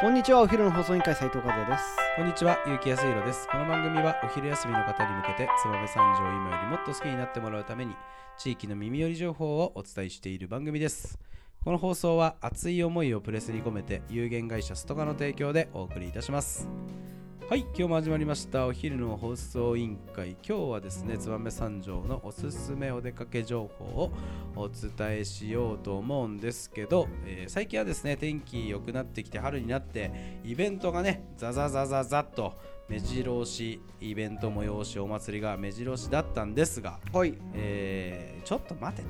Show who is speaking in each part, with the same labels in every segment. Speaker 1: こんにちはお昼の放送委員会斉藤和也です
Speaker 2: こんにちは、ゆうきやすいろです。この番組はお昼休みの方に向けて、燕三条を今よりもっと好きになってもらうために、地域の耳寄り情報をお伝えしている番組です。この放送は熱い思いをプレスに込めて、有限会社ストカの提供でお送りいたします。はい、今日も始まりました。お昼の放送委員会。今日はですね、燕三条のおすすめお出かけ情報をお伝えしようと思うんですけど、えー最近はですね、天気良くなってきて、春になって、イベントがねザザザザザっと目白押しイベント催しお祭りが目白押しだったんですが、
Speaker 1: はい
Speaker 2: えーちょっと待て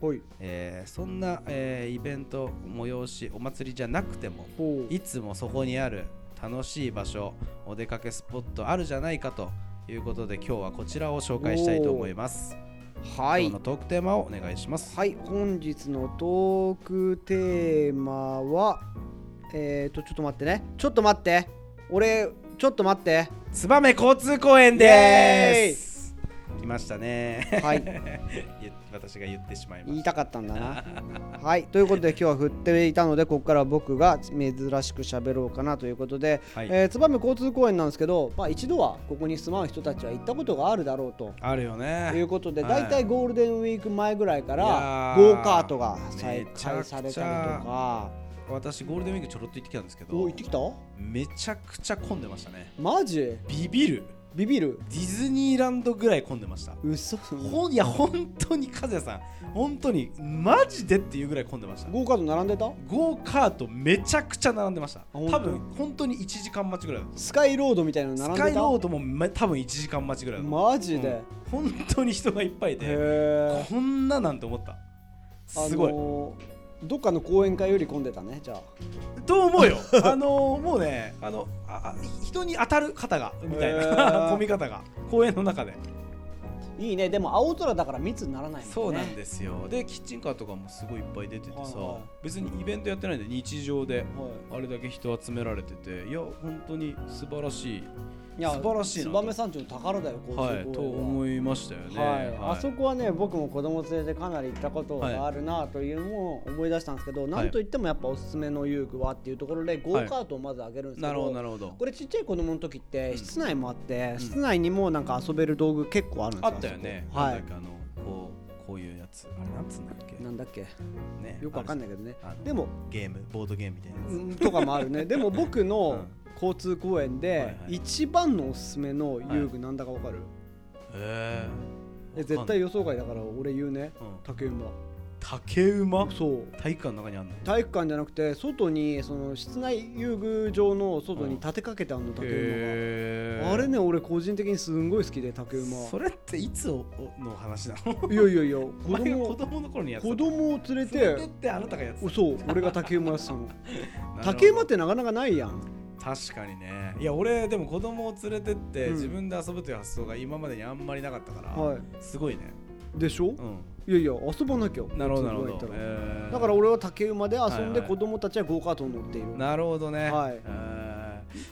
Speaker 2: と、
Speaker 1: はい
Speaker 2: えーそんな、えーイベント催しお祭りじゃなくても
Speaker 1: お
Speaker 2: いつもそこにある楽しい場所お出かけスポットあるじゃないかということで今日はこちらを紹介したいと思います、今
Speaker 1: はい
Speaker 2: 日のトークテーマをお願いします
Speaker 1: はい本日のトークテーマはえーとちょっと待ってねちょっと待って俺ちょっと 待って
Speaker 2: 燕交通公園です来ましたね
Speaker 1: はい
Speaker 2: 言っ私が言ってしまいま
Speaker 1: 言い
Speaker 2: した
Speaker 1: かったんだなはいということで今日は振っていたのでここからは僕が珍しく喋ろうかなということで、
Speaker 2: た、はい
Speaker 1: えー燕交通公園なんですけど、まあ、一度はここに住まう人たちは行ったことがあるだろうと
Speaker 2: あるよね
Speaker 1: ということで、
Speaker 2: はい
Speaker 1: 大体ゴールデンウィーク前ぐらいか
Speaker 2: いや
Speaker 1: ら
Speaker 2: ー
Speaker 1: ゴーカートが再
Speaker 2: めちゃ
Speaker 1: 開
Speaker 2: くち
Speaker 1: さ
Speaker 2: ゃ
Speaker 1: れたりとか
Speaker 2: 私ゴールデンウィークちょろっと行ってきたんですけ
Speaker 1: お
Speaker 2: ど
Speaker 1: 行ってきた
Speaker 2: めちゃくちゃ混んでましたね
Speaker 1: マジ
Speaker 2: ビビる
Speaker 1: ビビる
Speaker 2: ディズニーランドぐらい混んでました
Speaker 1: 嘘
Speaker 2: ほんいや本当に和也さん本当にマジでっていうぐらい混んでました
Speaker 1: ゴーカート並んでた
Speaker 2: ゴーカートめちゃくちゃ並んでました
Speaker 1: 本当
Speaker 2: 多分本当に1時間待ちぐらいだった
Speaker 1: スカイロードみたいなの並ん
Speaker 2: ス
Speaker 1: でた
Speaker 2: カイロードもま多分1時間待ちぐらいだった
Speaker 1: マジで、
Speaker 2: うん本当に人がいっぱいいて
Speaker 1: へえ
Speaker 2: こんななんて思ったすごい、
Speaker 1: あのーどっかの公園会より混んでたねじゃあ
Speaker 2: と思う よあのもうねあのああ人に当たる方がみたい
Speaker 1: へー
Speaker 2: な 混み方が公園の中で
Speaker 1: いいねでも青空だから密にならないもんね
Speaker 2: そうなんですよでキッチンカーとかもすごいいっぱい出ててさ、
Speaker 1: はいはい
Speaker 2: 別にイベントやってないんで日常で
Speaker 1: はい
Speaker 2: あれだけ人集められてていや本当に素晴らしい
Speaker 1: いや
Speaker 2: 素晴らしいなと
Speaker 1: 燕山町の宝だよ交通公園
Speaker 2: はいと思いましたよね、
Speaker 1: はい
Speaker 2: はい
Speaker 1: あそこはね僕も子供連れてかなり行ったことがあるなというのを思い出したんですけど、なんといってもやっぱおすすめの遊具はっていうところでゴーカートをまずあげるんですけ
Speaker 2: なる
Speaker 1: ど,、
Speaker 2: ほどなるほど
Speaker 1: これちっちゃい子供の時って
Speaker 2: うん
Speaker 1: 室内もあって、室内にもなんか遊べる道具結構あるんで
Speaker 2: あ
Speaker 1: すよ
Speaker 2: ったよね、
Speaker 1: あそこは
Speaker 2: なんだ
Speaker 1: い
Speaker 2: っけあのこうこういうやつあれなんつうんだっけ、
Speaker 1: なんだっけ
Speaker 2: ね
Speaker 1: よくわかん
Speaker 2: い
Speaker 1: ないけどね
Speaker 2: あの
Speaker 1: でも
Speaker 2: ゲームボードゲームみたいなやつ、
Speaker 1: うんとかも あるねでも僕の交通公園
Speaker 2: はい
Speaker 1: で
Speaker 2: はい
Speaker 1: 一番のおすすめの遊具なんだかわかる、
Speaker 2: え
Speaker 1: え絶対予想外だから俺言うね
Speaker 2: うん
Speaker 1: 竹馬
Speaker 2: 竹馬
Speaker 1: そう
Speaker 2: 体育館の中にあんの
Speaker 1: 体育館じゃなくて外にその室内遊具場の外に立てかけてあるの竹馬が、あれね俺個人的にすんごい好きで竹馬
Speaker 2: それっていつおの話なの
Speaker 1: いやいやいや子
Speaker 2: お前が子
Speaker 1: 供
Speaker 2: 供の頃にやってた
Speaker 1: 子供を連れ
Speaker 2: 連れ
Speaker 1: て
Speaker 2: ってあなたがやってた
Speaker 1: そう俺が竹馬やってたの
Speaker 2: なるほど
Speaker 1: 竹馬ってなかなかないやん
Speaker 2: 確かにねいや俺でも子供を連れてって、
Speaker 1: うん
Speaker 2: 自分で遊ぶという発想が今までにあんまりなかったから、
Speaker 1: は
Speaker 2: すごいね
Speaker 1: いでしょ
Speaker 2: うん
Speaker 1: いやいや遊ばなきゃ
Speaker 2: なるほどなるほ
Speaker 1: 普通
Speaker 2: ど
Speaker 1: に行ったら
Speaker 2: えー
Speaker 1: だから俺は竹馬で遊ん
Speaker 2: はい
Speaker 1: で
Speaker 2: はい
Speaker 1: 子供たちはゴーカートに乗っている
Speaker 2: なるほどね、
Speaker 1: はい
Speaker 2: えー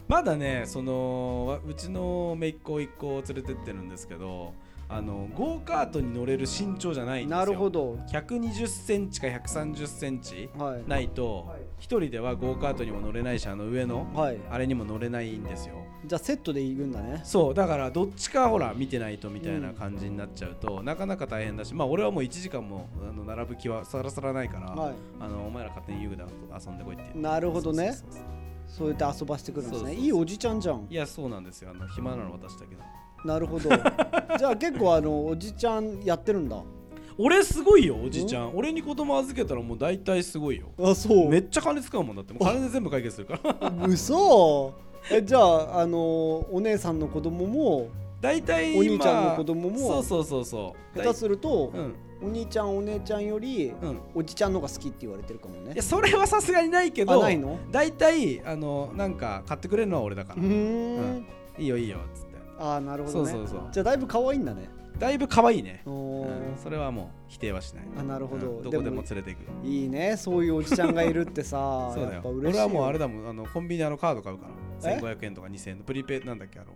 Speaker 2: まだねそのわうちの姪っ子一個を連れてってるんですけどあのゴーカートに乗れる身長じゃないんですよ
Speaker 1: なるほど
Speaker 2: 120センチか130センチ
Speaker 1: はい
Speaker 2: ないと一、人ではゴーカートにも乗れないしあの上の
Speaker 1: はい
Speaker 2: あれにも乗れないんですよ
Speaker 1: じゃあセットで行くんだね
Speaker 2: そうだからどっちかほら見てないとみたいな感じになっちゃうと、なかなか大変だしまあ俺はもう1時間もあの並ぶ気はさらさらないから、
Speaker 1: はい
Speaker 2: あのお前ら勝手に遊具で遊んでこいっていう
Speaker 1: なるほど
Speaker 2: そ
Speaker 1: ね
Speaker 2: うそうそうそう
Speaker 1: そうやって遊ばせてくるんです
Speaker 2: そう
Speaker 1: ね
Speaker 2: そうそう
Speaker 1: いいおじちゃんじゃん
Speaker 2: いやそうなんですよあの暇なの私だけど
Speaker 1: なる ほどじゃあ結構あのおじちゃんやってるんだ
Speaker 2: 俺すごいよおじいちゃん俺に子供預けたらもう大体すごいよ
Speaker 1: あそ
Speaker 2: めっちゃ金使うもんだってもう金で全部解決する から
Speaker 1: 嘘えじゃああのお姉さんの子供も
Speaker 2: 大体
Speaker 1: お兄ちゃんの子供も
Speaker 2: そうそうそうそう
Speaker 1: 下手すると、
Speaker 2: うん
Speaker 1: お兄ちゃんお姉ちゃんより、
Speaker 2: うん
Speaker 1: おじちゃんの方が好きって言われてるかもね
Speaker 2: いやそれはさすがにないけど
Speaker 1: あないの
Speaker 2: 大体あのなんか買ってくれるのは俺だか
Speaker 1: う
Speaker 2: ら、い
Speaker 1: ーん、
Speaker 2: うんいよいいよっつって
Speaker 1: ああなるほどね
Speaker 2: そうそうそう
Speaker 1: じゃあだいぶ可愛いんだね
Speaker 2: だいぶ可愛いね、
Speaker 1: おー
Speaker 2: うんそれはもう否定はしない
Speaker 1: あなるほど
Speaker 2: うんどこで
Speaker 1: でも
Speaker 2: も連れていく
Speaker 1: いいねそういうおじちゃんがいるってさ
Speaker 2: そうだ
Speaker 1: や
Speaker 2: よ
Speaker 1: っぱ嬉しい
Speaker 2: 俺はもうあれ
Speaker 1: だ
Speaker 2: だもんあのコンビニであのカード買うか
Speaker 1: え
Speaker 2: ら1500円とか2000円のプリペイなんだっけあの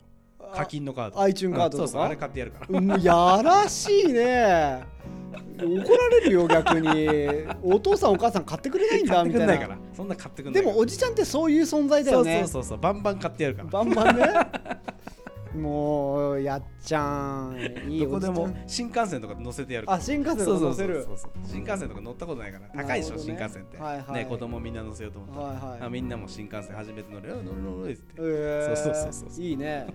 Speaker 2: 課金のカード。
Speaker 1: iTune カードとか
Speaker 2: うんそうそう、あれ買ってやるから。
Speaker 1: うんやらしいね怒られるよ逆 にお父さんお母さ ん買ってくれないんだ
Speaker 2: 買って
Speaker 1: み
Speaker 2: く
Speaker 1: た
Speaker 2: ん
Speaker 1: い
Speaker 2: な
Speaker 1: ない
Speaker 2: からそんな買ってくんな
Speaker 1: で
Speaker 2: いから
Speaker 1: もおじちゃんってそういう存在だよね
Speaker 2: そうそうそうそうバンバン買ってやるから
Speaker 1: バンバンね もうやっちゃんいい
Speaker 2: どこ
Speaker 1: おじ
Speaker 2: で
Speaker 1: ちゃ
Speaker 2: も
Speaker 1: ん
Speaker 2: 新幹線とか乗せてやるから
Speaker 1: あ新幹線
Speaker 2: そうそ
Speaker 1: とか
Speaker 2: う
Speaker 1: 乗
Speaker 2: そ
Speaker 1: せ
Speaker 2: う
Speaker 1: る
Speaker 2: そうそう新幹線とか乗ったことないから高いでしょ、
Speaker 1: なるほど
Speaker 2: 新
Speaker 1: ね
Speaker 2: 幹線って、
Speaker 1: はいはい
Speaker 2: ね子供みんな乗せようと思ったら、
Speaker 1: はいはい
Speaker 2: あみんなも新幹線初めて乗るよ乗る乗る乗るっつって、
Speaker 1: えー
Speaker 2: そうそうそうそう
Speaker 1: いいね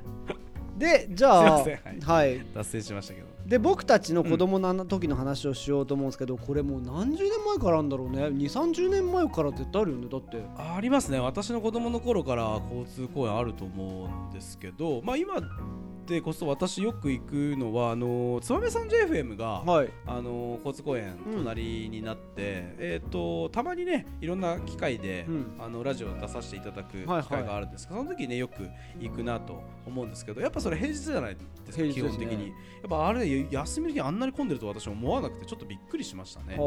Speaker 1: でじゃあ
Speaker 2: すいません
Speaker 1: はい
Speaker 2: 達成しましたけど
Speaker 1: で僕たちの子供のあの時の話をしようと思うんですけど、これもう何十年前からあるんだろうね2 3 0年前から絶対あるよねだって
Speaker 2: あありますね私の子供の頃から交通公園あると思うんですけどまあ今でこそ私よく行くのはあの燕三条 FM が、
Speaker 1: はい
Speaker 2: あの交通公園
Speaker 1: うん
Speaker 2: 隣になって、えっ、とたまにねいろんな機会で、
Speaker 1: うん
Speaker 2: あのラジオ出させていただく機
Speaker 1: はいはい
Speaker 2: 会があるんですけど、その時ねよく行くなと思うんですけどやっぱそれ平日じゃないですか、
Speaker 1: 平日
Speaker 2: 基
Speaker 1: で
Speaker 2: 本
Speaker 1: すね
Speaker 2: 的にやっぱあれ休みの日あんなに混んでると私は思わなくてちょっとびっくりしましたね。であ
Speaker 1: あ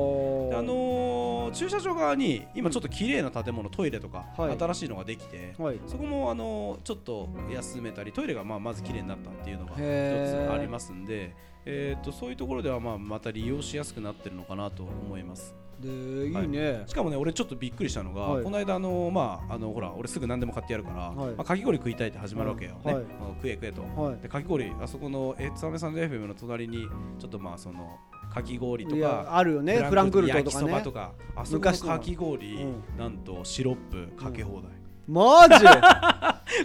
Speaker 2: のー駐車場側に今ちょっと綺麗な建物、トイレとか、
Speaker 1: はい
Speaker 2: 新しいのができて、
Speaker 1: はい
Speaker 2: そこも、あのーちょっと休めたりトイレがまあまず綺麗になったっていうのが
Speaker 1: へ
Speaker 2: 一つ
Speaker 1: ー
Speaker 2: ありますんで、えー、とそういうところではまあまた利用しやすくなってるのかなと思います
Speaker 1: でいいね、
Speaker 2: しかもね俺ちょっとびっくりしたのが、
Speaker 1: はい
Speaker 2: この間、あのーまあ、あのほら俺すぐ何でも買ってやるから、
Speaker 1: はい
Speaker 2: まあ、かき氷食いたいって始まるわけよ、ね
Speaker 1: はい
Speaker 2: あの食え食えと。
Speaker 1: はい
Speaker 2: でかき氷あそこのえーつばめさんの FM の隣にちょっとまあそのかき氷と
Speaker 1: い
Speaker 2: か
Speaker 1: やあるよねフランクフルトと
Speaker 2: 焼き
Speaker 1: か
Speaker 2: そば
Speaker 1: ね
Speaker 2: とかあそこの
Speaker 1: 昔の
Speaker 2: かき氷、
Speaker 1: うん
Speaker 2: なんとシロップかけ放題、
Speaker 1: マジ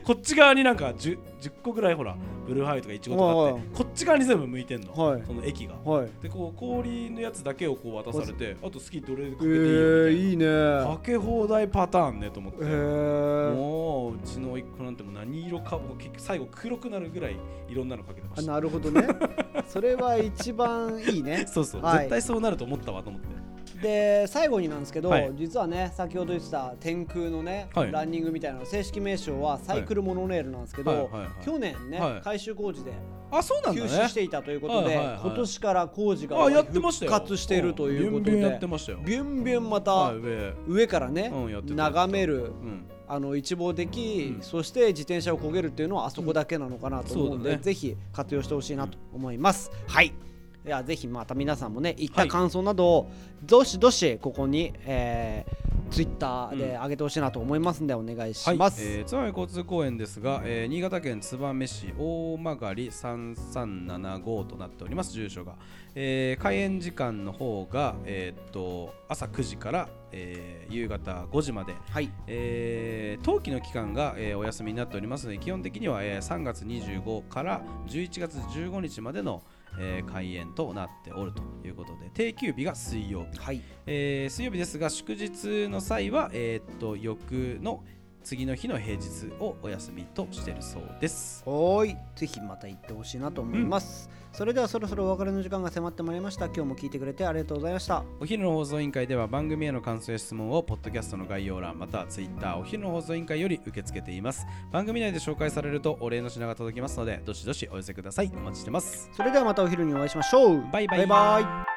Speaker 2: こっち側になんか 10, 10個ぐらいほらブルーハイとかイチゴとかあってこっち側に全部向いてんの、
Speaker 1: はい
Speaker 2: その駅が
Speaker 1: はい
Speaker 2: でこう氷のやつだけをこう渡されてあと好きどれかけて
Speaker 1: え
Speaker 2: いいよ
Speaker 1: ー、いいね
Speaker 2: かけ放題パターンねと思って、
Speaker 1: えー、
Speaker 2: もううちの一個なんてもう何色かもう結局最後黒くなるぐらいいろんなのかけてま
Speaker 1: あ
Speaker 2: した
Speaker 1: なるほどねそれは一番いいね
Speaker 2: そうそう、
Speaker 1: はい
Speaker 2: 絶対そうなると思ったわと思って
Speaker 1: で最後になんですけど、
Speaker 2: はい
Speaker 1: 実はね先ほど言ってた天空のね、
Speaker 2: はい
Speaker 1: ランニングみたいなの正式名称はサイクルモノレールなんですけど、
Speaker 2: はいはいはいはい
Speaker 1: 去年ね、
Speaker 2: はい
Speaker 1: 改修工事で
Speaker 2: あそうなんだ
Speaker 1: 休
Speaker 2: ね
Speaker 1: 止していたということで、
Speaker 2: はいはいはい
Speaker 1: 今年から工事が
Speaker 2: あ
Speaker 1: 終
Speaker 2: や
Speaker 1: わ
Speaker 2: っ
Speaker 1: り
Speaker 2: てましたよ
Speaker 1: 復活しているということで
Speaker 2: ビュンビュンやってましたよ
Speaker 1: ビュンビュンまた
Speaker 2: はい上
Speaker 1: 上からね、
Speaker 2: うんやってた
Speaker 1: 眺める
Speaker 2: うん
Speaker 1: あの一望でき、
Speaker 2: うん
Speaker 1: そして自転車をこげるっていうのはあそこだけなのかなと思うので、
Speaker 2: うんそうだね
Speaker 1: ぜひ活用してほしいなと思います、はいではぜひまた皆さんもね行っ
Speaker 2: は
Speaker 1: た
Speaker 2: い
Speaker 1: 感想などをどしどしここに、えー、ツイッターで
Speaker 2: う
Speaker 1: 上げてほしいなと思いますんでお願いします、
Speaker 2: はいえー、燕交通公園ですが、えー新潟県燕市大曲3375となっております住所が、えー開園時間の方が、えーっと朝9時から、えー夕方5時まで
Speaker 1: はい
Speaker 2: えー冬季の期間が、えーお休みになっておりますので基本的には、えー3月25から11月15日までの、えー開園となっておるということで定休日が水曜日
Speaker 1: はい
Speaker 2: えー水曜日ですが祝日の際は、えーっと翌の次の日の平日をお休みとしているそうです。
Speaker 1: おーいぜひまた行ってほしいなと思います、それではそろそろお別れの時間が迫ってまいりました今日も聞いてくれてありがとうございました
Speaker 2: お昼の放送委員会では番組への感想や質問をポッドキャストの概要欄またはツイッターお昼の放送委員会より受け付けています番組内で紹介されるとお礼の品が届きますのでどしどしお寄せくださいお待ちしてます
Speaker 1: それではまたお昼にお会いしましょう
Speaker 2: バイバイ
Speaker 1: バイバイ